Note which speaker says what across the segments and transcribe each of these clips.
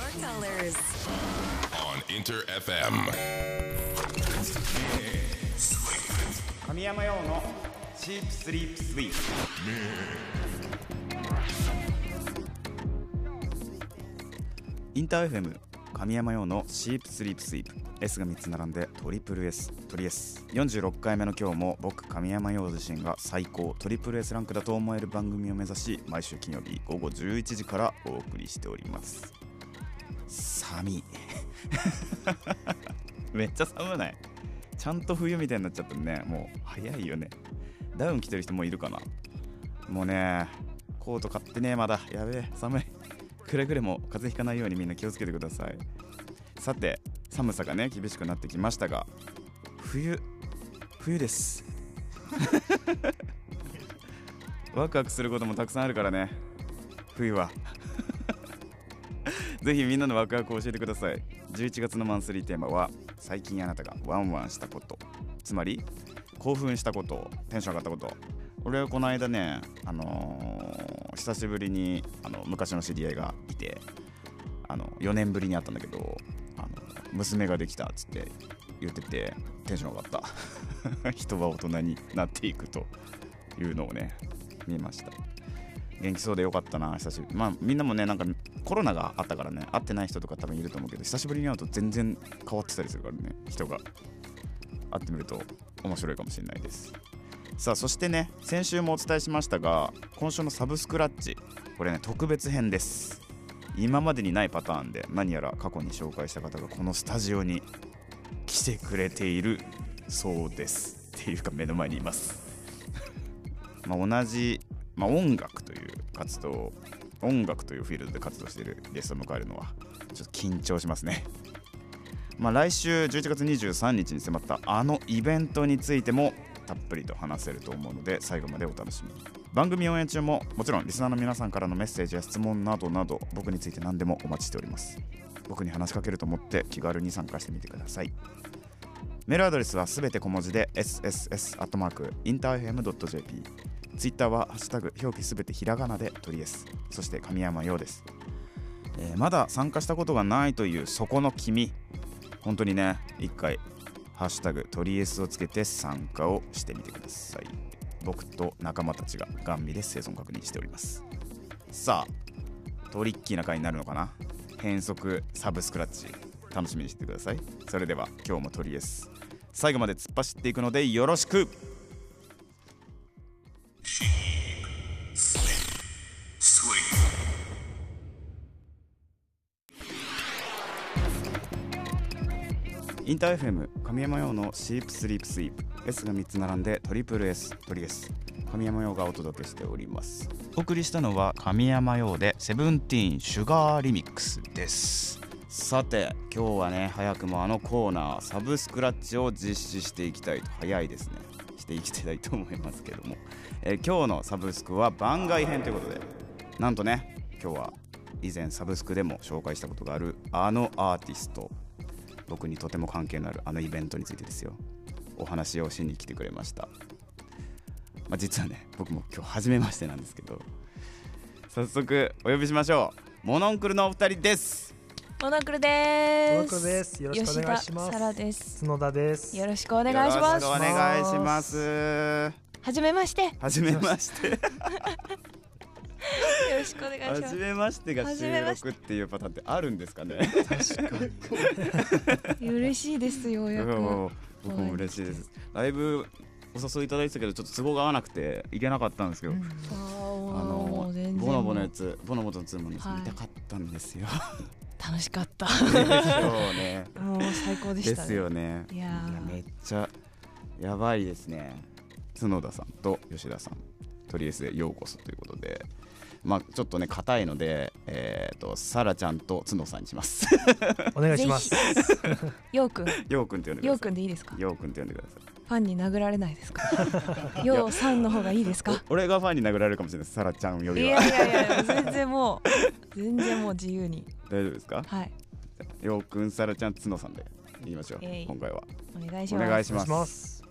Speaker 1: Mars.
Speaker 2: on Inter FM.
Speaker 3: 神山用のシープスリープスイートインター FM 神山用のシープスリープスイープ S が3つ並んでトリプル S トリ S46 回目の今日も僕神山用自身が最高トリプル S ランクだと思える番組を目指し毎週金曜日午後11時からお送りしております寒い めっちゃ寒ないちゃんと冬みたいになっちゃったねもう早いよねダウン着てる人もいるかなもうねコート買ってねまだやべえ寒いくれぐれも風邪ひかないようにみんな気をつけてくださいさて寒さがね厳しくなってきましたが冬冬です ワクワクすることもたくさんあるからね冬は ぜひみんなのワクワクを教えてください11月のマンスリーテーマは最近あなたがワンワンしたことつまり興奮したことテンション上がったこと俺この間ねあのー久しぶりにあの昔の知り合いがいてあの4年ぶりに会ったんだけどあの娘ができたっつって言っててテンション上がった 人は大人になっていくというのをね見ました元気そうでよかったな久しぶりまあみんなもねなんかコロナがあったからね会ってない人とか多分いると思うけど久しぶりに会うと全然変わってたりするからね人が会ってみると面白いかもしれないですさあそしてね先週もお伝えしましたが今週のサブスクラッチこれね特別編です今までにないパターンで何やら過去に紹介した方がこのスタジオに来てくれているそうですっていうか目の前にいますまあ、同じ、まあ、音楽という活動音楽というフィールドで活動しているゲストを迎えるのはちょっと緊張しますね、まあ、来週11月23日に迫ったあのイベントについてもたっぷりと話せると思うので最後までお楽しみに番組応援中ももちろんリスナーの皆さんからのメッセージや質問などなど僕について何でもお待ちしております僕に話しかけると思って気軽に参加してみてくださいメールアドレスはすべて小文字で sss.interfm.jp ツイッターはハッシュタグ表記すべてひらがなで取りえすそして神山陽です、えーまだ参加したことがないというそこの君本当にね一回ハッシュタグ取りえすをつけて参加をしてみてください僕と仲間たちがガンビで生存確認しておりますさあトリッキーな回になるのかな変則サブスクラッチ楽しみにしてくださいそれでは今日もトリエス最後まで突っ走っていくのでよろしく
Speaker 2: Sweet.
Speaker 3: インター FM 神山用のシープスリープスイープ S が3つ並んでトリプル S トリ S 神山用がお届けしておりますお送りしたのは神山用でセブンティーンシュガーリミックスですさて今日はね早くもあのコーナーサブスクラッチを実施していきたいと早いですねしていきたいと思いますけども、えー今日のサブスクは番外編ということでなんとね今日は以前サブスクでも紹介したことがあるあのアーティスト僕にとても関係のあるあのイベントについてですよお話をしに来てくれました、まあ、実はね僕も今日初めましてなんですけど早速お呼びしましょうモノンクルのお二人です
Speaker 4: モノクルです。
Speaker 5: モノクルですよろしくお願いします
Speaker 4: 吉田サラです。
Speaker 5: 角田です。
Speaker 4: よろしくお願いします。
Speaker 3: よろしくお願いします
Speaker 4: はじめまして。よ
Speaker 3: はじめまして
Speaker 4: ろしくお願い
Speaker 3: は
Speaker 4: します。
Speaker 3: じめましてが
Speaker 4: はじ
Speaker 3: 収
Speaker 4: めまして
Speaker 3: 録っていうパターンってあるんですかね
Speaker 4: 嬉しいですようやく。
Speaker 3: うん 僕も嬉しいですだいぶお誘いいただいてたけどちょっと都合が合わなくて行けなかったんですけ
Speaker 4: あ
Speaker 3: ど、あの
Speaker 4: の
Speaker 3: ボノボのやつボノボとのツーマンです、
Speaker 4: はい
Speaker 3: 見たかったんです よ
Speaker 4: 楽しかった。
Speaker 3: そうね
Speaker 4: もう最高で
Speaker 3: で
Speaker 4: した、ね。
Speaker 3: すよね
Speaker 4: いやー
Speaker 3: めっちゃやばいですね角田さんと吉田さんトリエスへようこそということでまあちょっとね硬いのでえっ、とサラちゃんと角さんにします
Speaker 5: お願いします。
Speaker 4: ぜひ。ようくん、
Speaker 3: ようくんって呼んでく
Speaker 4: よ
Speaker 3: だ
Speaker 4: う
Speaker 3: さ
Speaker 4: くんでいいですか
Speaker 3: い。ようくんって呼んでください
Speaker 4: ファンに殴られない ですか。ようさんの方がいいですか。
Speaker 3: お俺がファンに殴られるかもしれないサラちゃんよ
Speaker 4: い
Speaker 3: りは
Speaker 4: やいやいや、全然もう、全然もう自由に。
Speaker 3: 大丈夫ですか
Speaker 4: はい、
Speaker 3: ようくんサラちゃん角さんで言いましょう、
Speaker 4: えい
Speaker 3: 今回は
Speaker 4: お願いし
Speaker 3: お
Speaker 4: ます。
Speaker 3: 願いし
Speaker 5: お願
Speaker 3: ま
Speaker 5: い
Speaker 3: す
Speaker 5: します。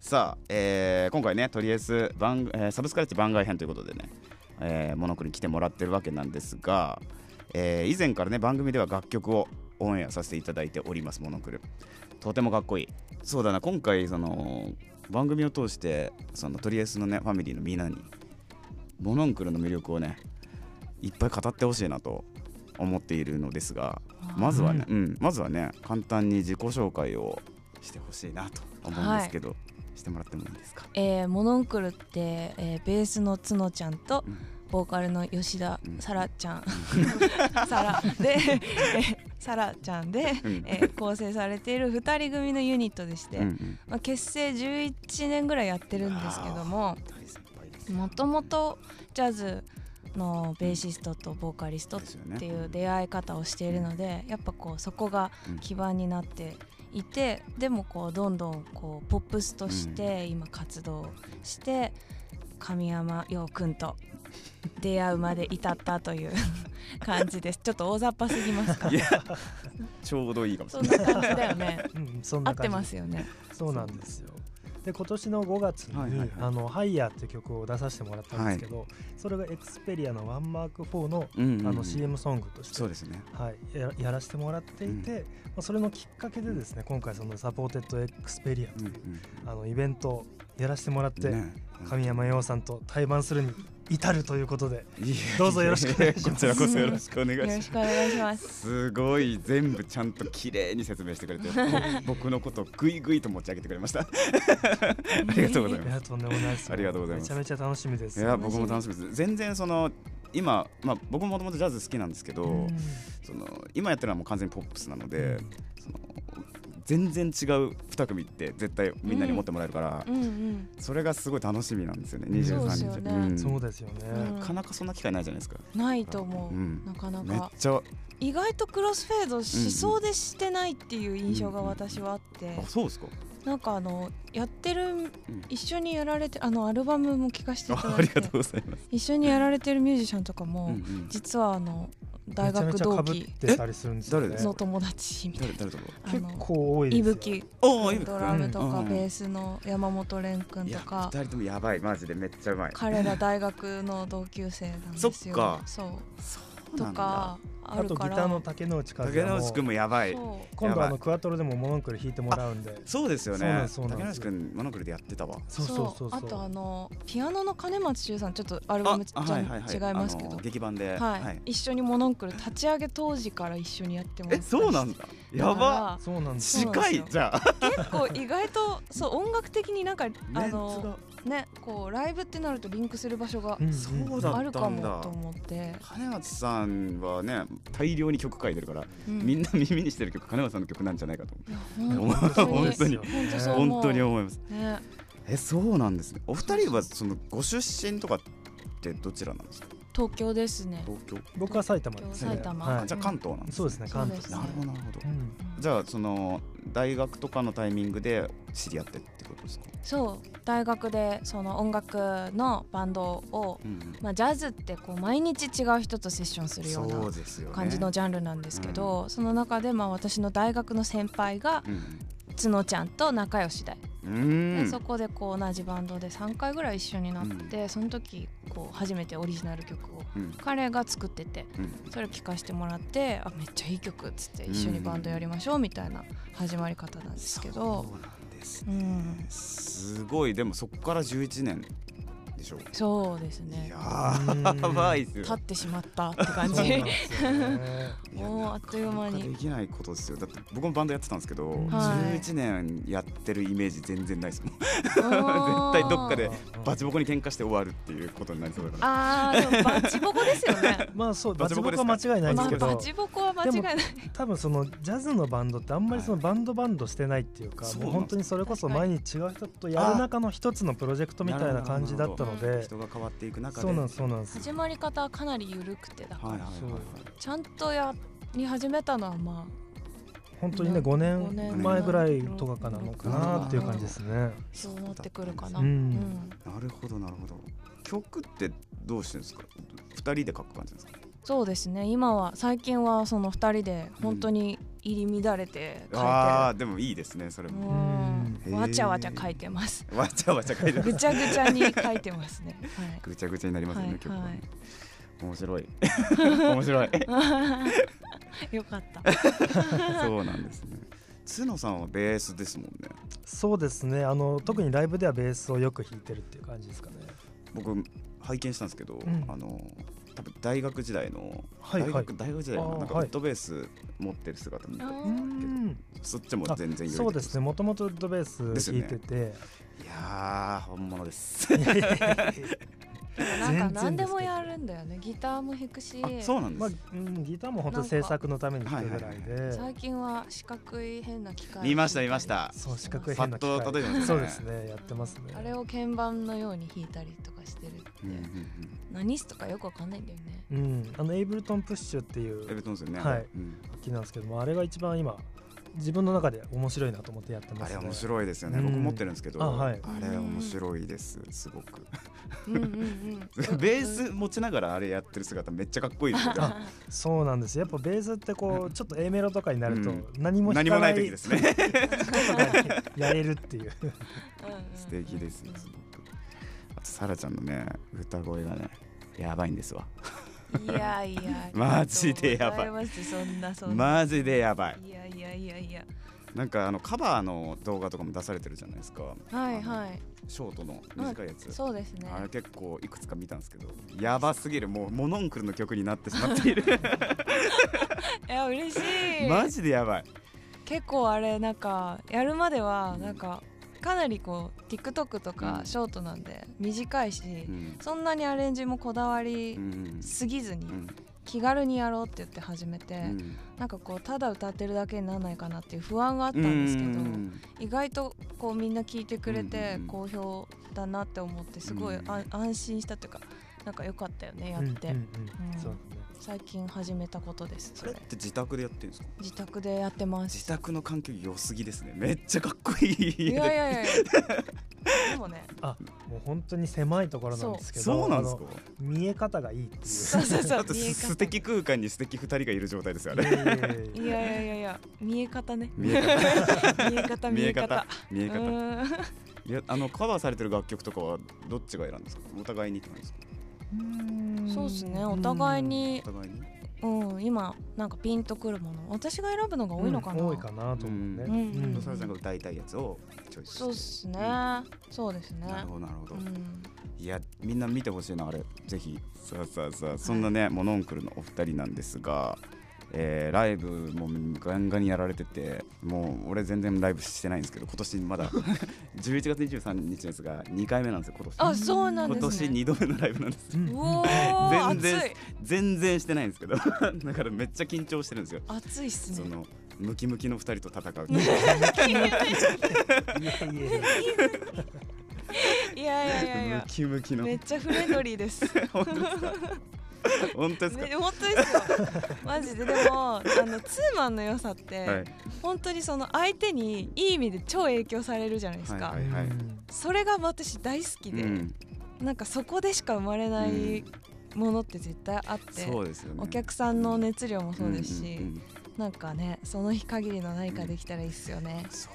Speaker 3: さあ、えー今回ねとりあえず番、えーサブスクラッチ番外編ということでね、えーモノクルに来てもらってるわけなんですが、えー以前からね番組では楽曲をオンエアさせていただいておりますモノクルとてもかっこいいそうだな今回その番組を通してそのトリエスのねファミリーのみんなにモノンクルの魅力をねいっぱい語ってほしいなと思っているのですがまずはね、うん、まずはね簡単に自己紹介をしてほしいなと思うんですけど、してもらってもいいですか
Speaker 1: えーモノンクルって、えーベースのつのちゃんと
Speaker 3: うん
Speaker 1: ボーカルの吉田
Speaker 3: うん
Speaker 1: さらちゃん さらでえーさらちゃんで、
Speaker 3: うん
Speaker 1: えー構成されている2人組のユニットでして、
Speaker 3: うんうん
Speaker 1: まあ、結成11年ぐらいやってるんですけども
Speaker 3: 大先輩です
Speaker 1: もともとジャズのベーシストとボーカリストっ
Speaker 3: ですよね
Speaker 1: ていう出会い方をしているのでやっぱこうそこが
Speaker 3: うん
Speaker 1: 基盤になっていてでもこうどんどんこうポップスとして今活動して神山陽君と出会うまで至ったと いう感じですちょっと大雑把すぎますか
Speaker 3: いやちょうどいいかもし
Speaker 1: そ
Speaker 3: れ
Speaker 1: ん
Speaker 3: ない
Speaker 1: な感じだよね
Speaker 5: うん、そん
Speaker 1: 合
Speaker 5: な
Speaker 1: っ
Speaker 5: 感
Speaker 1: て
Speaker 5: じ
Speaker 1: ますよね
Speaker 5: そうなんですよで今年の5月に「
Speaker 3: はいはいはい
Speaker 5: あのハイヤーっていう曲を出させてもらったんですけど、それがエクスペリアのワンマーク4の
Speaker 3: うんうん
Speaker 5: あ
Speaker 3: うん
Speaker 5: の CM ソングとして、
Speaker 3: そうですね
Speaker 5: はい、ややらせてもらっていて、まあ、それのきっかけでですね今回そのサポーテッドエクスペリア
Speaker 3: う
Speaker 5: と
Speaker 3: ん
Speaker 5: いう
Speaker 3: う、ん
Speaker 5: あのイベントをやらせてもらって、
Speaker 3: ね
Speaker 5: 神山洋さんと対バンするに至るということで
Speaker 3: いや
Speaker 5: どうぞよろしくお願いします
Speaker 3: こちらこそよろしくお願い
Speaker 1: よ
Speaker 3: し
Speaker 1: ろ
Speaker 3: ま
Speaker 1: し
Speaker 3: す
Speaker 1: くお願いします
Speaker 3: すごい全部ちゃんと綺麗に説明してくれて僕のことをグイグイと持ち上げてくれましたありがとうござい
Speaker 5: い
Speaker 3: ます
Speaker 5: やとんでもないですよ
Speaker 3: ありがとうございます
Speaker 5: めちゃめちゃ楽しみです
Speaker 3: いや僕も楽しみです全然その今、まあ、僕ももともとジャズ好きなんですけど、
Speaker 5: うん
Speaker 3: その今やってるのはもう完全にポップスなので、
Speaker 5: うん
Speaker 3: その全然違う2組って絶対みんなに持ってもらえるから、
Speaker 1: うんうん
Speaker 3: それがすごい楽しみなんですよね
Speaker 1: そうです
Speaker 3: 23
Speaker 1: よ
Speaker 3: 日
Speaker 1: ね
Speaker 3: ん
Speaker 5: そうですよね、
Speaker 1: うん
Speaker 3: なかなかそんな機会ないじゃないですか、
Speaker 1: ないと思う、
Speaker 3: うん
Speaker 1: なかな
Speaker 3: めっ
Speaker 1: か
Speaker 3: ちゃ
Speaker 1: 意外とクロスフェードしそうでしてないっていう印象が私はあって、
Speaker 3: あそうですか
Speaker 1: なんかあのやってる一緒にやられてあのアルバムも聴かせていた
Speaker 3: あ
Speaker 1: だ
Speaker 3: あ
Speaker 1: い
Speaker 3: り
Speaker 1: て
Speaker 3: がとうございます、
Speaker 1: 一緒にやられてるミュージシャンとかも、
Speaker 3: うんうん
Speaker 1: 実はあの大
Speaker 5: めちゃめ
Speaker 1: 学
Speaker 5: ちゃ
Speaker 1: 同
Speaker 5: 被
Speaker 1: 期
Speaker 5: ってたりするんですよね
Speaker 3: え誰です
Speaker 1: の友達みたい
Speaker 3: 誰誰とか
Speaker 1: なあ
Speaker 5: 結
Speaker 1: の
Speaker 5: 構多いで
Speaker 1: い
Speaker 5: すよ
Speaker 1: ぶき
Speaker 3: お
Speaker 1: ドラムとか
Speaker 3: うん
Speaker 1: ベースの山本蓮くん
Speaker 3: い
Speaker 1: と
Speaker 3: や
Speaker 1: か
Speaker 3: 2人ともやばいマジでめっちゃうまい
Speaker 1: 彼ら大学の同級生なんですよ
Speaker 3: そっか
Speaker 1: そう
Speaker 3: そう
Speaker 1: と
Speaker 3: なんだ
Speaker 1: かあ
Speaker 5: あ
Speaker 1: る
Speaker 5: とギ
Speaker 1: か
Speaker 5: タ
Speaker 1: ら
Speaker 5: ーの竹之内和
Speaker 3: 竹
Speaker 5: 也
Speaker 3: 之
Speaker 5: も
Speaker 3: 内くんもやばい
Speaker 1: そう
Speaker 5: 今
Speaker 3: やば
Speaker 5: 度
Speaker 3: い
Speaker 5: あのクワトロでもモノンクル弾いてもらうんで
Speaker 3: そうですよ
Speaker 5: そうなん
Speaker 3: ね
Speaker 5: ですそうなん
Speaker 3: 竹
Speaker 5: で
Speaker 3: 之内
Speaker 5: す
Speaker 3: くんモノクルでやってたわ
Speaker 5: そうそうそうそう
Speaker 1: あとあのピアノの金松周さんちょっとアルバムじゃ、違いますけ
Speaker 3: あ
Speaker 1: ど
Speaker 3: の、劇版で
Speaker 1: はい一緒にモノンクル立ち上げ当時から一緒にやってます
Speaker 3: えそうなんだやば
Speaker 5: そうなんです
Speaker 1: そう
Speaker 5: よ
Speaker 3: 近いじゃあ
Speaker 1: 結構意外とそう音楽的になんかあ
Speaker 3: メンツ
Speaker 1: の
Speaker 3: が
Speaker 1: ねこうライブってなるとリンクする場所が
Speaker 5: ん
Speaker 3: そうだ
Speaker 1: あるか
Speaker 3: そうだったん
Speaker 1: もと思
Speaker 3: だ
Speaker 1: って、
Speaker 3: 金松さんはね大量に曲書いてるから、
Speaker 1: うん
Speaker 3: みんな耳にしてる曲金松さんの曲なんじゃないかと思
Speaker 1: いや
Speaker 3: う
Speaker 1: 本当に
Speaker 3: 本当に
Speaker 1: 本当そう
Speaker 3: 本
Speaker 1: 思う
Speaker 3: 当に思います
Speaker 1: ね
Speaker 3: えそうなんですねお二人はそのご出身とかってどちらなんですか
Speaker 1: 東京ですね
Speaker 3: 東京、
Speaker 5: 僕は埼玉ですね
Speaker 1: 埼玉
Speaker 5: は
Speaker 3: あ
Speaker 5: い
Speaker 3: じゃあ関東なんです
Speaker 5: そうですね関
Speaker 1: そうで
Speaker 5: 東
Speaker 1: す
Speaker 3: なるほどなるほど、
Speaker 5: うん
Speaker 3: じゃあその大学とかのタイミングで知り合ってってことですか、
Speaker 1: そう大学でその音楽のバンドを
Speaker 3: うん
Speaker 1: まあ、ジャズってこう毎日違う人とセッションするよう
Speaker 3: そう
Speaker 1: な
Speaker 3: ですよね
Speaker 1: 感じのジャンルなんですけどその中でまあ私の大学の先輩が
Speaker 3: うん
Speaker 1: 角ちゃんと仲良しで,、
Speaker 3: う
Speaker 1: で
Speaker 3: ーん
Speaker 1: そこでこう同じバンドで3回ぐらい一緒になって、その時こう初めてオリジナル曲を
Speaker 3: うん
Speaker 1: 彼が作ってて
Speaker 3: うん
Speaker 1: それを聴かせてもらってあめっちゃいい曲っつって一緒にバンドやりましょうみたいな始まり方なんですけど
Speaker 3: そ、うなんですね
Speaker 1: うん、
Speaker 3: すごいでもそこから11年でしょ
Speaker 1: そうです
Speaker 3: い
Speaker 1: ね
Speaker 3: や
Speaker 5: うん
Speaker 3: ー やばいっすよ
Speaker 1: 立ってしまったって感
Speaker 5: そうなん
Speaker 1: じ
Speaker 5: で。すよ ね。
Speaker 3: いや
Speaker 1: もうあっという間に
Speaker 3: なかなかできないことですよだって僕もバンドやってたんですけど、
Speaker 1: はい
Speaker 3: 11年やってるイメージ全然ないですもん絶
Speaker 1: あー
Speaker 3: 対どっかでバチボコに喧嘩して終わるっていうことになりそうだから
Speaker 1: あーでもバチボコですよね
Speaker 5: まあそう
Speaker 3: バ
Speaker 5: バ
Speaker 3: チ
Speaker 5: チ
Speaker 3: ボ
Speaker 5: ボ
Speaker 3: コ
Speaker 5: コ
Speaker 3: ですか
Speaker 5: は間違いないん
Speaker 1: ま
Speaker 5: で
Speaker 1: すあ
Speaker 5: け
Speaker 1: バ
Speaker 5: ど
Speaker 1: チボコは間違いない。
Speaker 5: 多分そのジャズのバンドってあんまりそのバンドバンドしてないっていうか、
Speaker 3: そうなん
Speaker 5: も
Speaker 3: です
Speaker 5: う本当にそれこそ毎日違う人とやる中の一つのプロジェクトみたいな感じだったの
Speaker 1: な
Speaker 5: で
Speaker 3: 人が変わっていく中で
Speaker 5: そうなんですそうなんです
Speaker 1: 始まり方はかなり緩くてだから、
Speaker 3: はいはいはいはい
Speaker 1: ちゃんとやり始めたのはまあ
Speaker 5: 本当にね
Speaker 1: うん
Speaker 5: 5
Speaker 1: 5
Speaker 5: 年
Speaker 1: 年
Speaker 5: 前ぐらいとかかなのかなっていう感じですね
Speaker 1: そうなってくるかな。
Speaker 5: うん
Speaker 3: なるほどなるほど曲ってどうしてるんですか2人で書く感じなんですか
Speaker 1: そうですね。今は最近はその二人で本当に入り乱れて書いてる。
Speaker 3: ああーでもいいですねそれ
Speaker 1: う
Speaker 3: も、
Speaker 1: ん
Speaker 3: うん
Speaker 1: わちゃわちゃ書いてます。
Speaker 3: わちゃわちゃ書いてる
Speaker 1: ぐちゃぐちゃに書いてますね。はい。
Speaker 3: ぐちゃぐちゃになりますよね、
Speaker 1: はい
Speaker 3: 曲はね
Speaker 1: はい
Speaker 3: 面白 い面白い
Speaker 1: よかった。
Speaker 3: そうなんですね角さんはベースですもんね
Speaker 5: そうですねあの特にライブではベースをよく弾いてるっていう感じですかね
Speaker 3: 僕拝見したんですけど、
Speaker 5: ん
Speaker 3: あの多分大学時代の、
Speaker 5: はいはい
Speaker 3: 大学大学時代
Speaker 5: あ
Speaker 3: の
Speaker 5: ー
Speaker 3: なんかウ
Speaker 5: はい
Speaker 3: ッドベース持ってる姿見た、
Speaker 1: あ
Speaker 5: うん
Speaker 3: そっちも全然良い
Speaker 5: そうですねもともとウッドベー
Speaker 3: です
Speaker 5: ス
Speaker 3: よね
Speaker 5: 弾いてて、
Speaker 3: いやー本物です
Speaker 1: なんか
Speaker 5: 全然ですけど
Speaker 1: 何でもやるんだよね。ギターも弾くし
Speaker 3: あ、そうなんです、
Speaker 5: まあうん、ギターも本当に制作のために弾くぐらいで、
Speaker 1: 最近は四角い変な機械を
Speaker 3: 見ました見ました
Speaker 5: そう四角い
Speaker 3: パ
Speaker 5: 変
Speaker 3: ッ
Speaker 5: な
Speaker 3: と
Speaker 5: 機械
Speaker 3: 例えてますね
Speaker 5: そうですねやってますね
Speaker 1: あれを鍵盤のように弾いたりとかしてるって、
Speaker 3: うんうん
Speaker 1: 何すとかよくわかんないんだよね。
Speaker 5: うんあのエイブルトンプッシュってい
Speaker 3: うんエ
Speaker 5: う
Speaker 3: ブトンですよね、
Speaker 5: はい
Speaker 3: うん
Speaker 5: 楽器なんですけどもあれが一番今自分の中で面白いなと思ってやってま
Speaker 3: あ
Speaker 5: す、
Speaker 3: れ
Speaker 5: ね、
Speaker 3: 面白いですよね、
Speaker 5: うん
Speaker 3: 僕持ってるんですけど
Speaker 5: あはい
Speaker 3: あれ面白いですすごく
Speaker 1: うん うんうん。
Speaker 3: ベース持ちながらあれやってる姿めっちゃかっこいいですよね
Speaker 5: そうなんですよやっぱベースってこうちょっと A メロとかになると
Speaker 3: うん
Speaker 5: 何も弾
Speaker 3: 何
Speaker 5: か
Speaker 3: もな
Speaker 5: ない
Speaker 3: い時ですね
Speaker 5: やれるっていう
Speaker 3: 素敵ですよすごくあとサラちゃんのね歌声がねやばいんですわ
Speaker 1: いやいや
Speaker 3: マジでやばい
Speaker 1: ありがとうござますそんなそんな、
Speaker 3: マジでやばい
Speaker 1: いやいやいやいや
Speaker 3: なんかあのカバーの動画とかも出されてるじゃないですか
Speaker 1: はいはい
Speaker 3: ショートの短いやつ、
Speaker 1: そうですね
Speaker 3: あれ結構いくつか見たんですけどやばすぎるもうモノンクルの曲になってしま っている
Speaker 1: いや嬉しい、
Speaker 3: マジでやばい
Speaker 1: 結構あれなんかやるまでは
Speaker 3: うん
Speaker 1: なんかかなりこう TikTok とか
Speaker 3: うん
Speaker 1: ショートなんで短いし、
Speaker 3: うん
Speaker 1: そんなにアレンジもこだわり
Speaker 3: うん
Speaker 1: すぎずに
Speaker 3: うん
Speaker 1: 気軽にやろうって言って始めて、
Speaker 3: うん
Speaker 1: なんかこうただ歌ってるだけにならないかなっていう不安があったんですけど、
Speaker 3: うん
Speaker 1: 意外とこうみんな聞いてくれ
Speaker 3: う
Speaker 1: て
Speaker 3: んうん
Speaker 1: 好評だなって思ってすごいあ
Speaker 3: う
Speaker 1: 安心したというかなんか良かったよね やって、
Speaker 5: うんうん
Speaker 1: うん
Speaker 5: そう
Speaker 1: 最近始めたことですそ
Speaker 3: それ
Speaker 1: れ
Speaker 3: って自宅でやってるんですか
Speaker 1: 自宅でやってます
Speaker 3: 自宅の環境良すぎですねめっちゃかっこいい
Speaker 1: いやいやいやいやでもね
Speaker 5: だねもう本当に狭いところなんですけど
Speaker 3: そうなんですか
Speaker 5: あの見え方がいいっていう
Speaker 1: そうそうそう
Speaker 3: だって
Speaker 1: 見え方
Speaker 3: 素敵空間に素敵二人がいる状態ですよ
Speaker 5: いや
Speaker 3: ね
Speaker 5: いやいやいや
Speaker 1: いやいやいやいや見え方ね
Speaker 3: 見え方
Speaker 1: 見え方見え方
Speaker 3: 見え
Speaker 1: う
Speaker 3: 方
Speaker 1: ーん
Speaker 3: いやあのカバーされてる楽曲とかはどっちが選んですかお互いにって感じですか
Speaker 1: そうですねお互いに
Speaker 3: お互いに
Speaker 1: うん今なんかピンとくるもの私が選ぶのが多いのかな、
Speaker 5: うん多いかなと思うね、
Speaker 3: うん
Speaker 1: うん
Speaker 3: サラちゃんが歌いたいやつをチョイスして
Speaker 1: そうですね、そうですね
Speaker 3: なるほどなるほど、
Speaker 1: うん
Speaker 3: いやみんな見てほしいなあれぜひさあさあさあそんなね、モノンクルのお二人なんですが、えーライブもガンガンにやられててもう俺全然ライブしてないんですけど今年 まだ11月23日ですが2回目なんですよ今年
Speaker 1: あそうなん
Speaker 3: 今
Speaker 1: です
Speaker 3: 年
Speaker 1: ね
Speaker 3: 2度目のライブなんです
Speaker 5: うん
Speaker 1: うおー
Speaker 3: 全然
Speaker 1: 熱い
Speaker 3: 全然してないんですけど だからめっちゃ緊張してるんですよ
Speaker 1: 熱いっす
Speaker 3: そ
Speaker 1: ね
Speaker 3: のムキムキの二人と戦う
Speaker 1: いやいやいや
Speaker 5: いやいやいや
Speaker 1: い
Speaker 3: ム
Speaker 1: や
Speaker 3: キムキの
Speaker 1: めっちゃフレンドリーです
Speaker 3: 本当ですか本当ですか、
Speaker 1: ね本当ですよ マジででもあのツーマンの良さって、
Speaker 3: はい
Speaker 1: 本当にその相手にいい意味で超影響されるじゃないですか、
Speaker 3: はいはい
Speaker 5: うん
Speaker 1: それが私大好きで、
Speaker 3: うん、
Speaker 1: なんかそこでしか生まれないものって絶対あって、
Speaker 3: そうですよね
Speaker 1: お客さんの熱量もそうですし、
Speaker 3: んんん
Speaker 1: なんかねその日限りの何かできたらいいっすよね、
Speaker 3: そ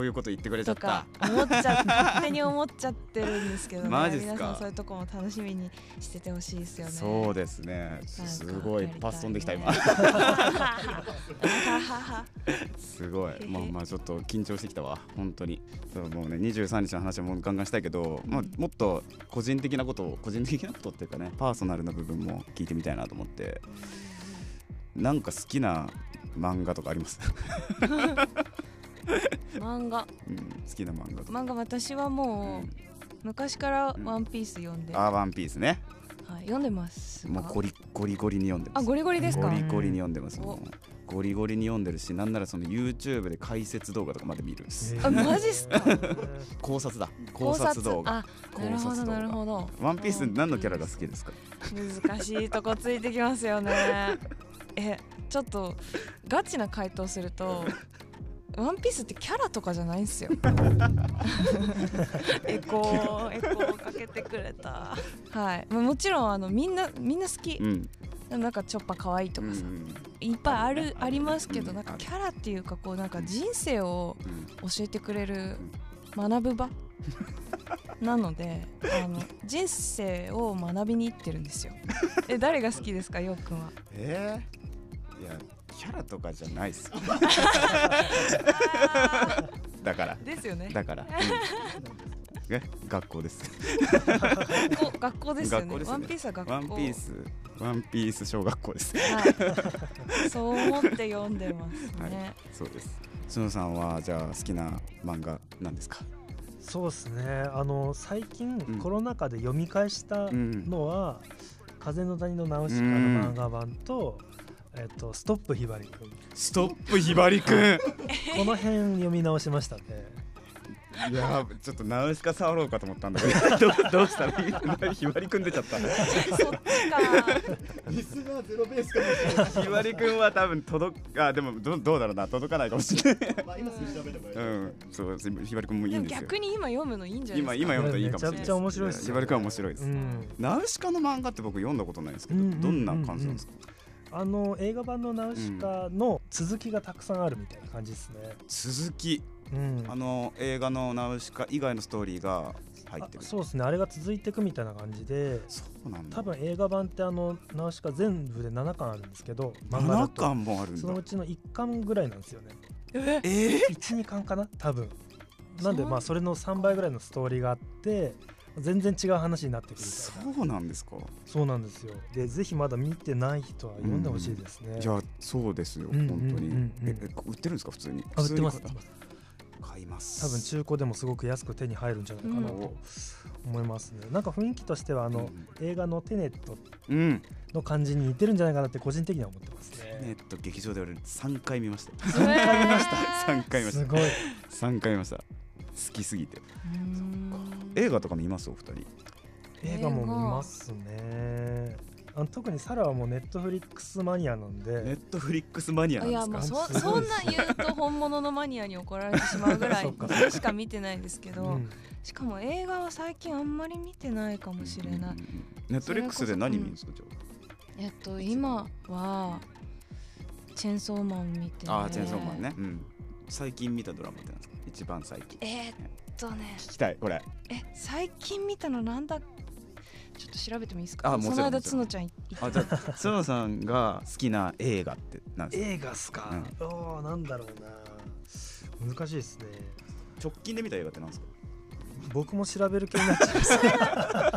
Speaker 3: ういうこと言ってくれちゃ
Speaker 1: と
Speaker 3: っ
Speaker 1: か
Speaker 3: た。
Speaker 1: 思っちゃっ勝手に思っちゃってるんですけどね
Speaker 3: マジっすか
Speaker 1: 皆さんそういうとこも楽しみにしててほしいですよね
Speaker 3: そうですね。
Speaker 1: なんか
Speaker 3: すごい
Speaker 1: やり
Speaker 3: パス飛んできた今
Speaker 1: ね。
Speaker 3: すご
Speaker 1: へへ
Speaker 3: い。まあまあちょっと緊張してきたわ。本当に。そうもうね23日の話はもうガンガンしたいけど、まあ
Speaker 1: うん
Speaker 3: もっと個人的なことを個人的なことっていうかね、パーソナルな部分も聞いてみたいなと思って。なんか好きな漫画とかあります。
Speaker 1: 漫画
Speaker 3: うん、好きな漫画とか。
Speaker 1: 漫画私は
Speaker 3: う
Speaker 1: もう、
Speaker 3: ん
Speaker 1: 昔からワンピース読んで、
Speaker 3: あーワンピースね。
Speaker 1: はい、読んでますか
Speaker 3: もうゴリゴリゴリに読んでま
Speaker 1: あ
Speaker 3: す。
Speaker 1: ゴリゴリですか
Speaker 3: ゴリゴリに読んでます。
Speaker 1: お
Speaker 3: もうゴリゴリに読んでるし、なんならその YouTube で解説動画とかまで見るんです。
Speaker 1: あマジっすか
Speaker 3: 考察だ。考察動
Speaker 1: あ
Speaker 3: 画。
Speaker 1: なるほどなる
Speaker 3: ど。
Speaker 1: ほど
Speaker 3: ワンピース何のキャラが好きですか。
Speaker 1: 難しいとこついてきますよね えちょっとガチな回答すると「ワンピースってキャラとかじゃないん すよエコーエコーかけてくれたはいまあもちろんあのみんなみんな好き
Speaker 3: う、ん。
Speaker 1: なんかちょっぱ可愛いと
Speaker 3: うんう
Speaker 1: かさ、
Speaker 3: ん
Speaker 1: いっぱいある
Speaker 3: あ
Speaker 1: あ,、
Speaker 3: るね
Speaker 1: りますけど、
Speaker 3: うん
Speaker 1: なんか
Speaker 3: ある
Speaker 1: キャラっていうかこうなんか人生を
Speaker 3: うん
Speaker 1: 教えてくれる学ぶ 場なのであの人生を学びに行ってるんですよ え誰が好きですかようくんは
Speaker 3: えー、いやキャラとかじゃないっすよだから
Speaker 1: ですよね
Speaker 3: だから、うんえ学校です
Speaker 1: 学校学校ですよ
Speaker 3: 学校
Speaker 1: ね
Speaker 3: です
Speaker 1: ワンピース
Speaker 3: よね
Speaker 1: は学校
Speaker 3: ワンピースワンピース小学校です
Speaker 1: はい、そう思って読んでますね、
Speaker 3: そうです角さんはじゃあ好きな漫画なんですか
Speaker 5: そうですねあの最近、
Speaker 3: ん
Speaker 5: コロナ禍で読み返した
Speaker 3: うん
Speaker 5: のは「風の谷のナウシカ」の漫画版と「えっと、ストップひばりくん」
Speaker 3: ストップひばりくん
Speaker 5: この辺読み直しましたね。
Speaker 3: いやーちょっとナウシカ触ろうかと思ったんだけど どどうしたの ひひばりくん出ちゃった
Speaker 1: そっちか
Speaker 6: リスナーゼロベースかもし
Speaker 3: ひばりくんは多分届くあでもどどうだろうな届かないかもしれない
Speaker 6: れない。まあ今すぐ調べてもらえ
Speaker 3: う
Speaker 6: る。
Speaker 3: んそうひばりくんもいい
Speaker 1: で
Speaker 3: ん
Speaker 1: も
Speaker 3: ですよ
Speaker 1: 逆に今読むのいいんじゃないです
Speaker 3: 今
Speaker 1: か
Speaker 3: 今読むといいかもしれない
Speaker 5: めちゃくちゃ面白いっ
Speaker 3: です
Speaker 5: よ
Speaker 3: ひばりくんは面白いです、
Speaker 5: うん、
Speaker 3: ナウシカの漫画って僕読んだことないんですけど、
Speaker 5: うんうんうんうん
Speaker 3: どんな感じなんですか
Speaker 5: あの映画版のナウシカの続きがたくさんあるみたいな感じですね。
Speaker 3: 続き
Speaker 5: うん、
Speaker 3: あの映画のナウシカ以外のストーリーが入って
Speaker 5: あ
Speaker 3: る
Speaker 5: そうですねあれが続いていくみたいな感じで
Speaker 3: そうなんだ
Speaker 5: 多分映画版ってあのナウシカ全部で7巻あるんですけど漫画だ
Speaker 3: 7
Speaker 5: と
Speaker 3: 巻もあるん
Speaker 5: そ
Speaker 3: だ
Speaker 5: のうちの1巻ぐらいなんですよね
Speaker 1: え
Speaker 3: え
Speaker 5: 12巻かな多分なんで
Speaker 1: そう
Speaker 5: まあそれの3倍ぐらいのストーリーがあって全然違う話になってくるみ
Speaker 3: ー、
Speaker 5: たいな
Speaker 3: そうなんですか
Speaker 5: そうなんですよでぜひまだ見てない人は読んでほしいですね、
Speaker 3: いやそうですよ、
Speaker 5: うんうん
Speaker 3: 本当に、
Speaker 5: うんうん
Speaker 3: ええ売ってるんですか普通に
Speaker 5: あ売ってます
Speaker 3: 普通に買いま
Speaker 5: 多分
Speaker 3: す
Speaker 5: 中古でもすごく安く手に入るんじゃないかなと思いますね、なんか雰囲気としてはあの、映画のテネット
Speaker 3: うん、うん、
Speaker 5: の感じに似てるんじゃないかなって個人的には思ってます
Speaker 3: え
Speaker 5: ね
Speaker 3: っと劇場で俺3回見ま した
Speaker 1: それ
Speaker 5: 回見ました
Speaker 3: 3回見まし
Speaker 5: すごい
Speaker 3: た三回見ました好きすぎて映画とか見ますお二人
Speaker 5: 映画も見ますねあの特にサラはもうネットフリックスマニアなん
Speaker 3: ネッ
Speaker 5: で
Speaker 3: トフリックスマニア
Speaker 1: あ
Speaker 3: なん
Speaker 1: い
Speaker 3: で
Speaker 1: や
Speaker 3: す
Speaker 1: ま
Speaker 3: か
Speaker 1: あそそんな言うと本物のマニアに怒られてしまうぐら
Speaker 5: そ
Speaker 1: いう
Speaker 5: か
Speaker 1: しか見てないんですけど、
Speaker 5: うん
Speaker 1: しかも映画は最近あんまり見てないかもしれない、
Speaker 3: うんうんうんネットフリックスで何見るんですかじゃ
Speaker 1: えっと今はチェンソーマン見て
Speaker 3: ああーチェーンソーマンね、うん、最近見たドラマってなんですか一番最近
Speaker 1: えーっとね
Speaker 3: 聞きたいこれ
Speaker 1: え最近見たのなんだちょっと調べてもいいですか
Speaker 3: あもちろん
Speaker 1: その間
Speaker 3: もちろ
Speaker 1: 角
Speaker 3: ん
Speaker 1: ちゃんいい
Speaker 3: あじゃ あ角さんが好きな映画ってなんですか
Speaker 5: 映画っすか、おおーなんだろうな難しいですね
Speaker 3: 直近で見た映画ってなんですか
Speaker 5: 僕も調べる気になっちゃいますね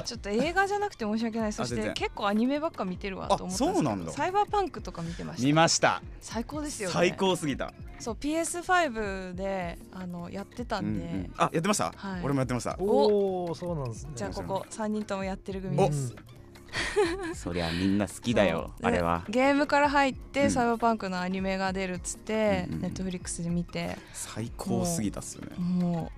Speaker 1: ちょっと映画じゃなくて申し 訳ないそし
Speaker 3: 全
Speaker 1: て
Speaker 3: 然
Speaker 1: 結構アニメばっか見てるわと思ったんですけど
Speaker 3: あそうなんだ
Speaker 1: サイバーパンクとか見てました
Speaker 3: 見ました
Speaker 1: 最高ですよね
Speaker 3: 最高すぎた
Speaker 1: そう PS5 であのやってたんで、
Speaker 3: うんうんあやってました、
Speaker 1: はい
Speaker 3: 俺もやってま した
Speaker 5: おおそうなんですね
Speaker 1: じゃあここ3人ともやってる組
Speaker 5: お
Speaker 1: です
Speaker 3: そりゃみんな好き
Speaker 1: そうでゲームから入って、
Speaker 3: うん
Speaker 1: サイバーパンクのアニメが出るっつって、
Speaker 3: うんうんうん
Speaker 1: ネットフリックスで見て
Speaker 3: 最高すぎたっすよね
Speaker 1: も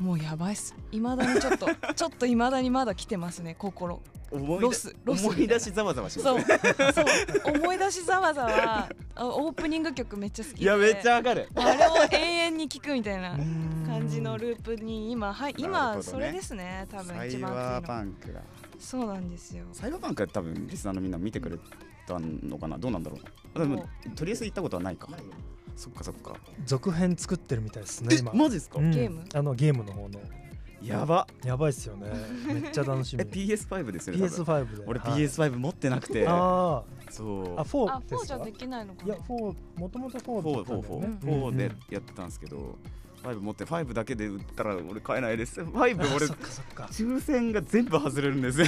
Speaker 1: うもうやばいっすいまだにち ょっとちょっといまだにまだ来てますね心
Speaker 3: 思
Speaker 1: ロ
Speaker 3: 出
Speaker 1: スロスみ
Speaker 3: 思
Speaker 1: たい
Speaker 3: い
Speaker 1: な
Speaker 3: 出しざわざわします
Speaker 1: そうそう思い出しざわざわあオープニング曲めっちゃ好きで
Speaker 3: いやめっちゃわかる
Speaker 1: あれを永遠に聴くみたいな感じのループに今はい
Speaker 3: なるほど
Speaker 1: 今
Speaker 3: ね
Speaker 1: それですね多分一番
Speaker 3: サイバ
Speaker 1: 熱
Speaker 3: ー
Speaker 1: い
Speaker 3: パ
Speaker 1: の
Speaker 3: ンクが
Speaker 1: そうなんですよ
Speaker 3: サイバーパンクは多分リスナーのみんな見てくれたのかなどうなんだろうでもとりあえず行ったことはないかそっかそっか
Speaker 5: 続編作ってるみたいですね
Speaker 3: え
Speaker 5: 今、
Speaker 3: マジですか
Speaker 5: うん
Speaker 1: ゲーム
Speaker 5: あのゲームの方の
Speaker 3: やば
Speaker 5: やばいっすよねめっちゃ楽し
Speaker 3: え
Speaker 5: み
Speaker 3: PS5 ですよね多分
Speaker 5: PS5 で
Speaker 3: 俺
Speaker 5: はい
Speaker 3: PS5 持ってなくて
Speaker 5: あ
Speaker 3: そう
Speaker 5: ああフォ
Speaker 1: あ
Speaker 5: ーで
Speaker 1: 4
Speaker 5: す
Speaker 1: じゃ
Speaker 5: か
Speaker 1: できないのか
Speaker 5: い
Speaker 1: な
Speaker 5: や4もともと4だ
Speaker 3: 4
Speaker 5: ったんだよね
Speaker 1: うん
Speaker 3: 4
Speaker 5: うん
Speaker 3: 4でやってたんですけど5持って5だけで売ったら俺買えないです5俺
Speaker 5: あそっかそっか
Speaker 3: 抽選が全部外れるんですよ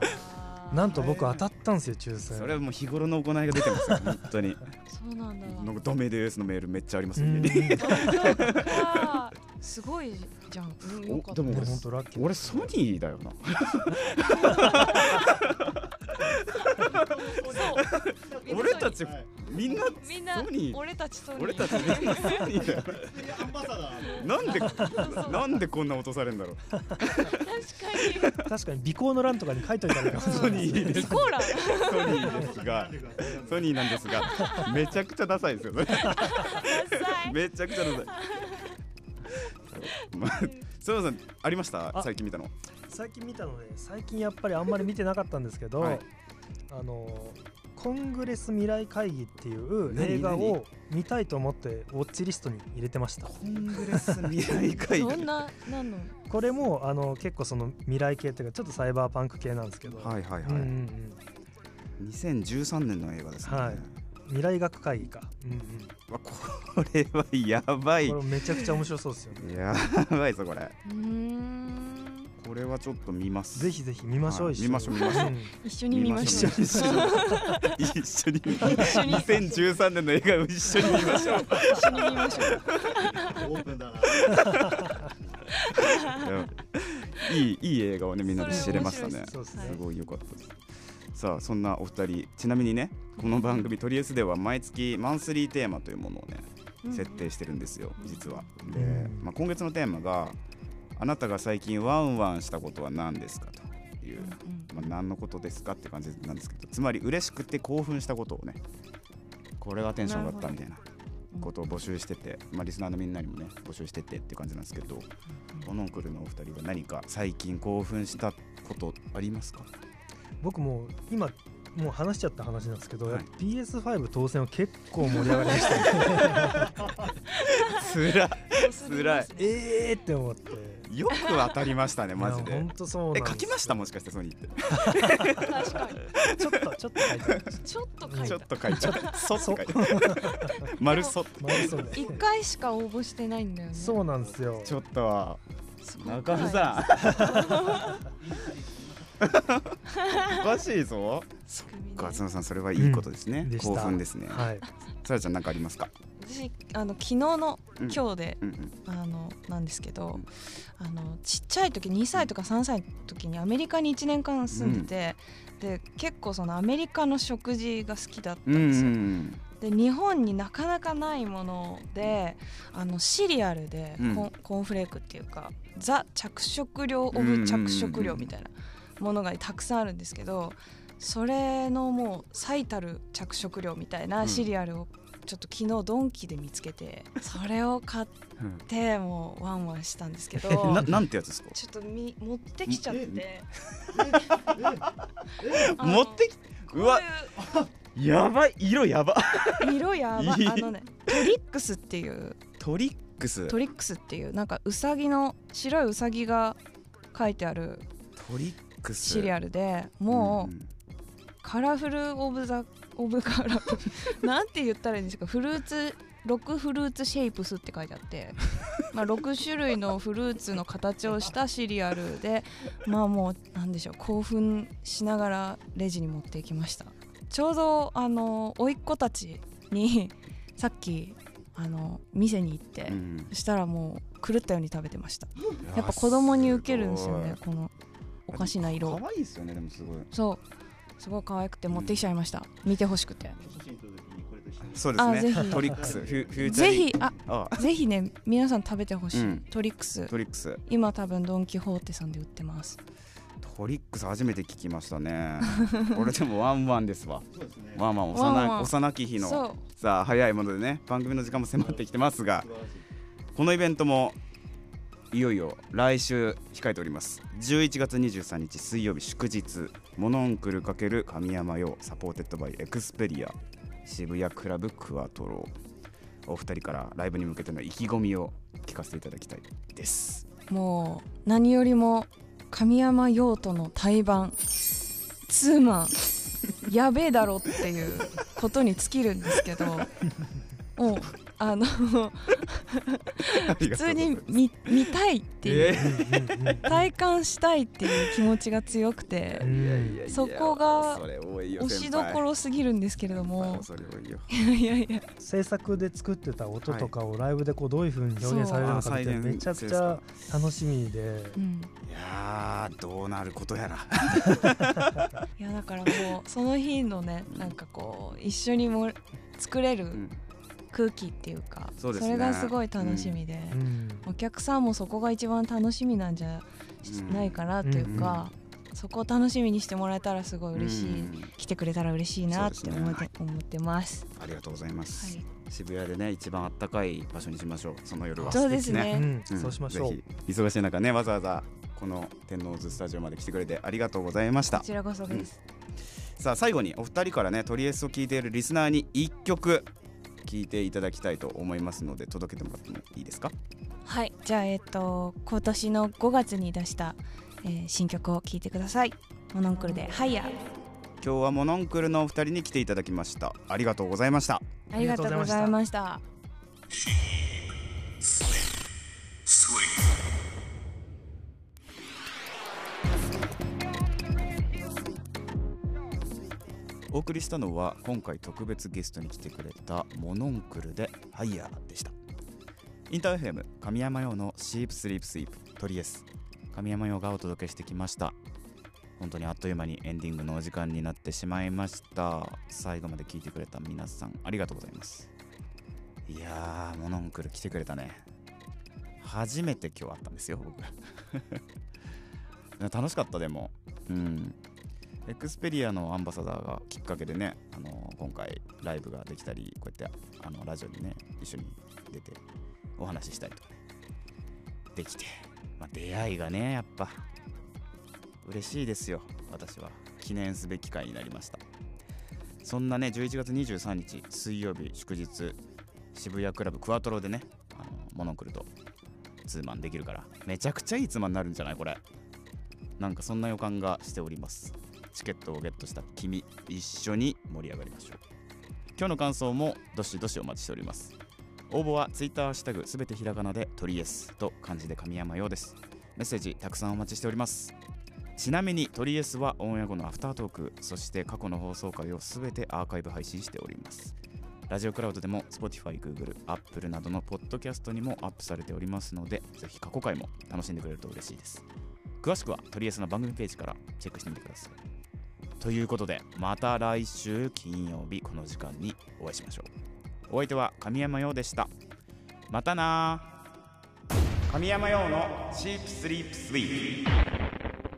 Speaker 1: あ
Speaker 5: ー
Speaker 1: ー
Speaker 5: なんと僕当たったんですよ抽選
Speaker 3: それはもう日頃の行いが出てますよ本当に
Speaker 1: そうなんだ
Speaker 3: なんかダメですのメールめっちゃあります
Speaker 5: う
Speaker 3: よ
Speaker 5: ん
Speaker 3: ね
Speaker 5: で
Speaker 1: 東京かすごいじゃんうんよかった
Speaker 3: おで
Speaker 5: も本当ラッキー
Speaker 3: 俺ソニーだよな
Speaker 1: そうみんな
Speaker 3: 俺たち
Speaker 6: はい
Speaker 3: みんな
Speaker 1: みんな
Speaker 3: ソニー
Speaker 1: 俺たちそう
Speaker 3: 俺たちみんなソニーだよ
Speaker 6: でアンバサダーの。
Speaker 3: なんでなんでこんな落とされるんだろう
Speaker 1: 確か
Speaker 5: 確かに尾行の欄とかに書いとい たらいいかも
Speaker 1: に
Speaker 3: ソ
Speaker 5: しれ
Speaker 1: うん
Speaker 5: ない
Speaker 3: ニーで
Speaker 1: イ
Speaker 3: す
Speaker 1: コーラ
Speaker 3: ソニーですがソニーなんですがめちゃくちゃダサいですよそれめちゃくちゃダ サいそうまあそらさんありました
Speaker 5: あ
Speaker 3: 最近見たの
Speaker 5: 最近見たので最近やっぱりあんまり見てなかったんですけど、
Speaker 3: はい
Speaker 5: あのーコングレス未来会議っていう
Speaker 3: 何
Speaker 5: 映画を見たいと思ってウォッチリストに入れてました
Speaker 3: コングレス未来会
Speaker 1: ど
Speaker 3: 議
Speaker 1: んな何の
Speaker 5: これもあの結構その未来系っていうかちょっとサイバーパンク系なんですけど、
Speaker 3: はいはい
Speaker 5: うんう
Speaker 3: は
Speaker 5: んう
Speaker 3: い、
Speaker 5: ん
Speaker 3: 2013年の映画ですね、
Speaker 5: はい未来学会議か、うんうん、
Speaker 3: わこれはやばい
Speaker 5: これめちゃくちゃ面白そうですよね
Speaker 3: やばいぞこれ
Speaker 1: うーん
Speaker 3: これはちょっと見ます
Speaker 5: ぜひぜひ見ましょう、
Speaker 3: はい
Speaker 5: 一緒に
Speaker 3: 見ましょう見ましょうん
Speaker 1: 一緒に見ましょう
Speaker 3: 一緒に 一緒に
Speaker 1: 緒に
Speaker 3: 2013年の映画を一緒に見ましょう
Speaker 1: 一緒に見ましょう
Speaker 6: オープンだな。
Speaker 3: いいいい映画をねみんなで知れました
Speaker 1: それ面白い
Speaker 3: ね
Speaker 1: です
Speaker 5: そうです
Speaker 3: す
Speaker 5: ね、
Speaker 1: はい
Speaker 3: ごい良かったですさあそんなお二人ちなみにねこの番組「トリエス」では毎月マンスリーテーマというものをね
Speaker 1: うん
Speaker 3: 設定してるんですよ実はで
Speaker 5: うん、
Speaker 3: まあ、今月のテーマが「あなたが最近ワンワンしたことは何ですか?」という
Speaker 1: うん
Speaker 3: まあ、何のことですかって感じなんですけどつまり嬉しくて興奮したことをねこれがテンション上がったみたいな
Speaker 1: ど
Speaker 3: ことを募集してて、まあ、リスナーのみんなにもね募集しててっていう感じなんですけどオノンクルのお二人は何か最近興奮したことありますか
Speaker 5: 僕もう今もう話しちゃった話なんですけど、
Speaker 3: はい
Speaker 5: やっぱ PS5 当選は結構盛り上がりましたね
Speaker 3: つら
Speaker 1: つらい
Speaker 5: えーって思って
Speaker 3: よく当たりましたねマジ
Speaker 5: いや
Speaker 3: で
Speaker 5: ほんとそうなんで
Speaker 3: え
Speaker 5: す
Speaker 3: 書
Speaker 5: よ
Speaker 3: きましたもしかしてソニーって
Speaker 1: 確か
Speaker 5: ちょっとちょっと書いてある
Speaker 1: にちょっと書い
Speaker 5: は
Speaker 1: た
Speaker 3: ちょっと書いちゃった「そ」って書いて「丸そ」
Speaker 5: まあそうね
Speaker 1: 一回しか応募してないんだよね
Speaker 5: そうなんですよ
Speaker 3: ちょっと
Speaker 1: すごくない
Speaker 3: 中野さんおかしいぞ
Speaker 1: 仕組みね
Speaker 3: 勝野さんそれはいいことですね、
Speaker 5: でした
Speaker 3: 興奮ですね
Speaker 5: はい
Speaker 3: さらちゃんなんかありますか、
Speaker 1: 私あの昨日の
Speaker 3: うん
Speaker 1: 今日で、
Speaker 3: うんうん、
Speaker 1: あのなんですけど、
Speaker 3: うん
Speaker 1: あのちっちゃい時2歳とか3歳の時にアメリカに1年間住んでて、で結構そのアメリカの食事が好きだった
Speaker 3: うん
Speaker 1: ん
Speaker 3: う
Speaker 1: ですよ、
Speaker 3: ん
Speaker 1: で日本になかなかないものであのシリアルで
Speaker 3: うん
Speaker 1: コン,、コーンフレークっていうかザ着色料オブ着色料みたいなものがたくさんあるんですけどそれのもう最たる着色料みたいなシリアルをちょっと昨日ドンキで見つけてそれを買っ
Speaker 3: うん
Speaker 1: てもうワンワンしたんですけど
Speaker 3: えななんてやつですか
Speaker 1: ちょっとみ持ってきちゃってあの
Speaker 3: 持ってきうわやばい色やば
Speaker 1: こういう色やばい
Speaker 3: いい
Speaker 1: あのねトリックスっていう
Speaker 3: トリックス
Speaker 1: ト
Speaker 3: ト
Speaker 1: リックスっていうなんかウサギの白いうさぎが書いてある
Speaker 3: リックス
Speaker 1: シリアルでも
Speaker 3: う
Speaker 1: うんカラフル・オブ・ザ・オブ・カラフル なんて言ったらいいんですかフルーツ6フルーツシェイプスって書いてあ って、まあ、6種類のフルーツの形をしたシリアルでまあもうなんでしょう興奮しながらレジに持っていきましたちょうどあの甥っ子たちにさっきあの店に行って、
Speaker 3: うん
Speaker 1: そしたらもう狂ったように食べてました
Speaker 3: い
Speaker 1: やっぱ子供に受けるんですよねこのおかしな
Speaker 3: すご
Speaker 1: 色
Speaker 3: い可愛いですよねでもすごい
Speaker 1: そうすごい可愛くて持ってきちゃいました、見てほしくて
Speaker 6: 写真撮る時にこれと一緒に
Speaker 3: そうです
Speaker 1: あぜ
Speaker 3: ね
Speaker 1: ひ
Speaker 3: トリックスフュフューチャ
Speaker 1: ぜ
Speaker 3: リン
Speaker 1: ひあ
Speaker 3: あ
Speaker 1: ぜひね皆さん食べてほしい、
Speaker 3: うん
Speaker 1: トリックス
Speaker 3: トリックス
Speaker 1: 今多分ドン・キホーテさんで売ってます
Speaker 3: トリックス初めて聞きまし たね俺でもワンワンですわ
Speaker 6: そうですね。
Speaker 3: ワンワン幼
Speaker 1: ワンワン
Speaker 3: い幼き日の
Speaker 1: そう
Speaker 3: さあ早いものでね番組の時間も迫ってきてますが
Speaker 6: 素晴らしい。
Speaker 3: このイベントもいよいよ来週控えております11月23日水曜日祝日モノンクル×神山用サポーテッドバイエクスペリア渋谷クラブクワトロお二人からライブに向けての意気込みを聞かせていただきたいです
Speaker 1: もう何よりも神山用途の対バンツーマンやべえだろっていうことに尽きるんです けどもうあの
Speaker 3: 普
Speaker 1: 普通に見見たいっていう体感したいっていう気持ちが強くて
Speaker 5: うん
Speaker 1: そこが押
Speaker 3: 押
Speaker 1: しどころすぎるんですけれども
Speaker 3: それ多いよ
Speaker 1: いやいやいや
Speaker 5: 制作で作ってた音とかをライブでこうどういう風に表現されるのかみたいな
Speaker 3: そう
Speaker 5: めちゃくちゃ楽しみで
Speaker 1: うん
Speaker 3: いやーどうなることやら
Speaker 1: いやだからもうその日のねなんかこう一緒にも作れる空気っていうか
Speaker 3: そうですね
Speaker 1: れがすごい楽しみで
Speaker 5: うん
Speaker 1: お客さんもそこが一番楽しみなんじゃ
Speaker 3: うん
Speaker 1: ないかなというかそこを楽しみにしてもらえたらすごい嬉しい
Speaker 3: うん
Speaker 1: 来てくれたら嬉しいなっ
Speaker 3: そう
Speaker 1: て
Speaker 3: ですね
Speaker 1: 思って思ってます。
Speaker 3: ありがとうございます、
Speaker 1: はい
Speaker 3: 渋谷でね一番あったかい場所にしましょうその夜は
Speaker 1: そうですね
Speaker 5: うん
Speaker 3: ん
Speaker 5: そうしましょう
Speaker 3: ぜひ忙しい中ねわざわざこの天王洲スタジオまで来てくれてありがとうございました
Speaker 1: こちらこそです、
Speaker 3: さあ最後にお二人からねトリエスを聴いているリスナーに一曲聴いていただきたいと思いますので届けてもらってもいいですか
Speaker 1: はいじゃあえっと今年の5月に出した、えー新曲を聴いてくださいモノンクルで「ハイヤー
Speaker 3: 今日はモノンクルのお二人に来ていただきましたありがとうございました
Speaker 1: ありがとうございました。
Speaker 2: Swing.
Speaker 3: お送りしたのは今回特別ゲストに来てくれたモノンクルでハイヤーでしたインター FM 神山用のシープスリープスイープトリエス神山用がお届けしてきました本当にあっという間にエンディングのお時間になってしまいました最後まで聞いてくれた皆さんありがとうございますいやーモノンクル来てくれたね初めて今日会ったんですよ僕 楽しかったでもうんエクスペリアのアンバサダーがきっかけでね、あの今回ライブができたりこうやってあのラジオにね一緒に出てお話ししたりとかねできて、まあ、出会いがねやっぱ嬉しいですよ私は記念すべき回になりましたそんなね11月23日水曜日祝日渋谷クラブクワトロでねあのモノクルとツーマンできるからめちゃくちゃいいツーマンになるんじゃないこれなんかそんな予感がしておりますチケットをゲットした君一緒に盛り上がりましょう今日の感想もどしどしお待ちしております応募はツイッターハッシュタグすべてひらがなでトリエスと漢字で神山用ですメッセージたくさんお待ちしておりますちなみにトリエスはオンエア後のアフタートークそして過去の放送回をすべてアーカイブ配信しておりますラジオクラウドでも Spotify、Google、Apple などのポッドキャストにもアップされておりますのでぜひ過去回も楽しんでくれると嬉しいです詳しくはトリエスの番組ページからチェックしてみてくださいということでまた来週金曜日この時間にお会いしましょうお相手は神山陽でしたまたな神山陽のシープスリープスイープ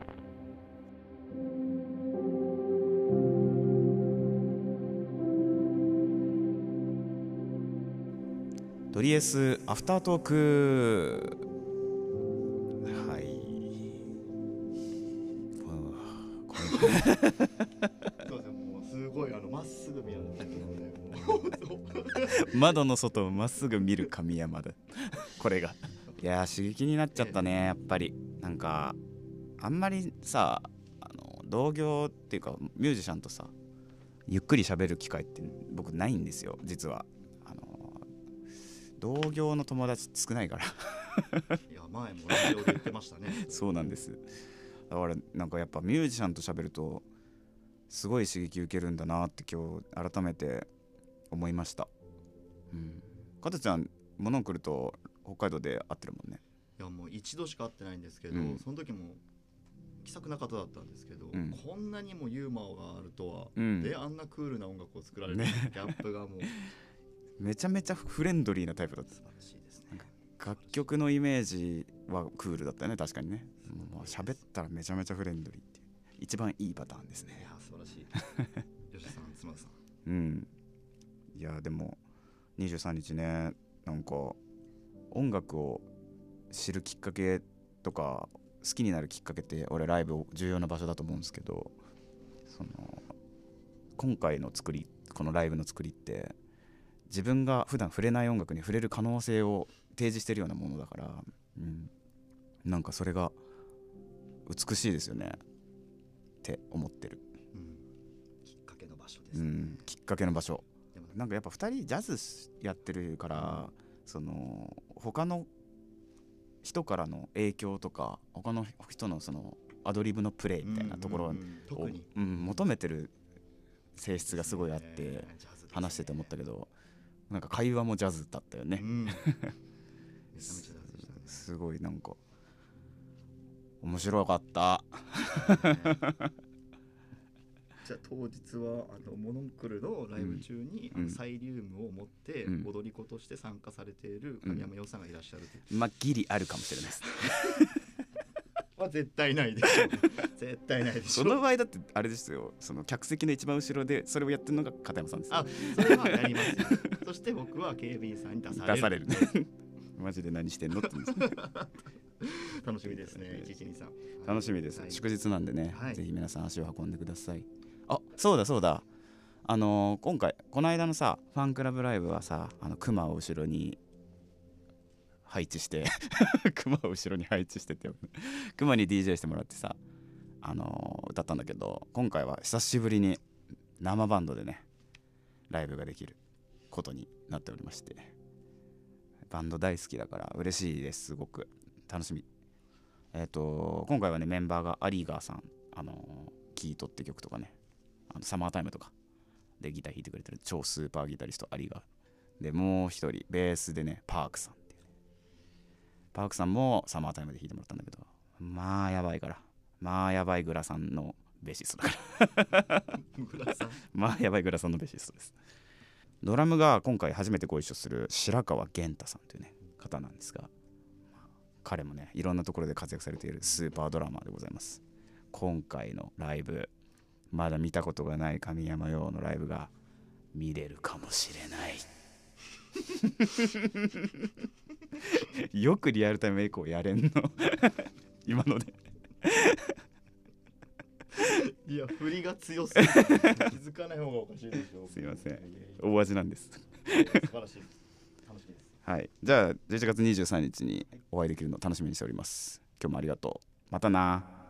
Speaker 3: とりあえずアフタートークはいふうこれ
Speaker 6: そうですねもうすごいあのまっすぐ見られてるのでもう
Speaker 3: 窓の外をまっすぐ見る神山だ これがいやー刺激になっちゃったねやっぱりなんかあんまりさあの同業っていうかミュージシャンとさゆっくり喋る機会って僕ないんですよ実はあの同業の友達少ないから
Speaker 6: いや前もラジオで言ってましたね
Speaker 3: そうなんですだからなんかやっぱミュージシャンと喋るとすごい刺激受けるんだなって今日改めて思いましたうん加トちゃんモノクルと北海道で会ってるもんね
Speaker 6: いやもう一度しか会ってないんですけ
Speaker 3: う
Speaker 6: ど、
Speaker 3: ん
Speaker 6: その時も気さくな方だったんですけど、
Speaker 3: うん
Speaker 6: こんなにもユーモアがあるとは、
Speaker 3: うん
Speaker 6: であんなクールな音楽を作られる、ギャップがもう
Speaker 3: めちゃめちゃフレンドリーなタイプだった
Speaker 6: 素晴らしいですね
Speaker 3: 楽曲のイメージはクールだったよね確かにねもう喋ったらめちゃめちゃフレンドリーっていう一番いいパターンですね
Speaker 6: いや素晴らし い吉田さん妻田さん
Speaker 3: うんいやでも23日ねなんか音楽を知るきっかけとか好きになるきっかけって俺ライブを重要な場所だと思うんですけどその今回の作りこのライブの作りって自分が普段触れない音楽に触れる可能性を提示してるようなものだから、うん、なんかそれが美しいですよねって思ってる、
Speaker 6: うんきっかけの場所で
Speaker 3: う
Speaker 6: すね、
Speaker 3: ん、きっかけの場所
Speaker 6: でも
Speaker 3: なんかやっぱ2人ジャズやってるからその他の人からの影響とか他の人のそのアドリブのプレイみたいなところを
Speaker 6: うんうんうん特に
Speaker 3: うん求めてる性質がすごいあって
Speaker 6: ジャズですね
Speaker 3: 話してて思ったけどなんか会話もジャズだったよね
Speaker 6: うんめちゃめちゃジャズでしたね
Speaker 3: すごいなんか面白かった
Speaker 6: じゃあ当日はあのモノンクルのライブ中に、
Speaker 3: うん
Speaker 6: あのサイリウムを持って、
Speaker 3: うん
Speaker 6: 踊り子として参加されている神山洋さんがいらっしゃるという、
Speaker 3: まあギリあるかもしれない です
Speaker 6: は絶対ないでしょう 絶対ないでしょ
Speaker 3: そうの場合だってあれですよその客席の一番後ろでそれをやってるのが片山さんですよ
Speaker 6: あそれはやりますよそして僕は警備員さんに出される
Speaker 3: 出されるマジで何してんのって言うんです
Speaker 6: 楽しみです ね。一一二三。
Speaker 3: 楽しみです、
Speaker 6: はい
Speaker 3: 祝日なんでね、
Speaker 6: はい
Speaker 3: ぜひ皆さん足を運んでくださいあそうだそうだあのー今回この間のさファンクラブライブはさあのクマを後ろに配置して クマを後ろに配置してってクマに DJ してもらってさあのー歌ったんだけど今回は久しぶりに生バンドでねライブができることになっておりましてバンド大好きだから嬉しいですすごく楽しみえっ、と今回はねメンバーがアリーガーさんあのーキートって曲とかねあのサマータイムとかでギター弾いてくれてる超スーパーギタリストアリーガーでもう一人ベースでねパークさんっていうねパークさんもサマータイムで弾いてもらったんだけどまあやばいからまあやばいグラさんのベーシストだから
Speaker 6: 村さん。
Speaker 3: まあやばいグラさんのベーシストですドラムが今回初めてご一緒する白川源太さんというね方なんですがまあ彼もねいろんなところで活躍されているスーパードラマーでございます今回のライブまだ見たことがない神山用のライブが見れるかもしれない よくリアルタイムエコーやれんの 今ので
Speaker 6: いや、振りが強すぎ る。気づかない方がおかしいでしょう。
Speaker 3: すいません
Speaker 6: ややや
Speaker 3: 大味なんです
Speaker 6: 素晴らしい。楽しみです。
Speaker 3: はい、じゃあ11月23日にお会いできるのを楽しみにしております。今日もありがとう。またな。